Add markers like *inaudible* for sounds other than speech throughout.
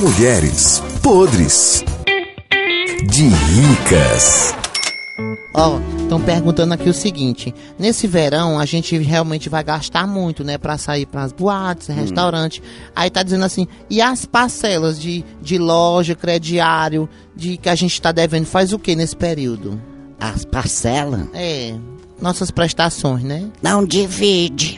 Mulheres podres de ricas. Ó, estão perguntando aqui o seguinte: nesse verão a gente realmente vai gastar muito, né, pra sair pras boates, restaurante. Aí tá dizendo assim: e as parcelas de, de loja, crediário, de que a gente tá devendo, faz o que nesse período? As parcelas? É, nossas prestações, né? Não divide.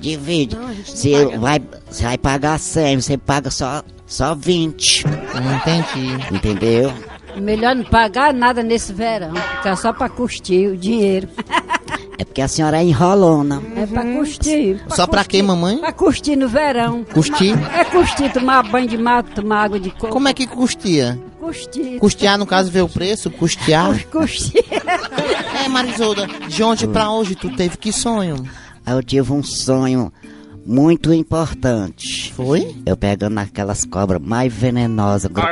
divide. Se vai, você vai pagar 100, você paga só, só 20. Eu não entendi. Entendeu? Melhor não pagar nada nesse verão, ficar só pra custeio, o dinheiro. É porque a senhora é enrolona. É pra Uhum. custeio. Só pra quê, mamãe? Pra curtir no verão. Curtir? É curtir, tomar banho de mato, tomar água de coco. Como é que custia? Curtir. Custear, no caso, ver o preço? Custear? Curtir. É, Marisolda, de ontem pra hoje tu teve que sonho? Aí eu tive um sonho muito importante. Foi? Eu pegando aquelas cobras mais venenosas. gru-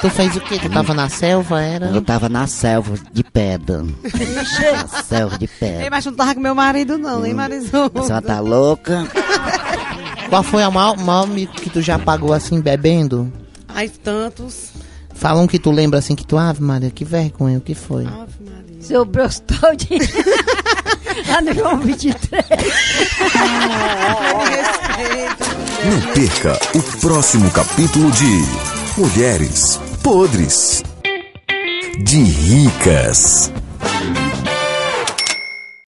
Tu fez o quê? Tu tava na selva, era? Eu tava na selva de pedra. na selva de Ei, pedra. mas tu não tava com meu marido, não, hein, A senhora Marizolda? tá louca? Qual foi a maior, maior mico que tu já pagou assim, bebendo? Ai, tantos. Falam que tu lembra assim que tu, ave Maria, que vergonha, o que foi? Ave Maria. Seu brostol de... *laughs* Lá no João 23. Me respeita. Não perca o próximo capítulo de Mulheres podres de ricas.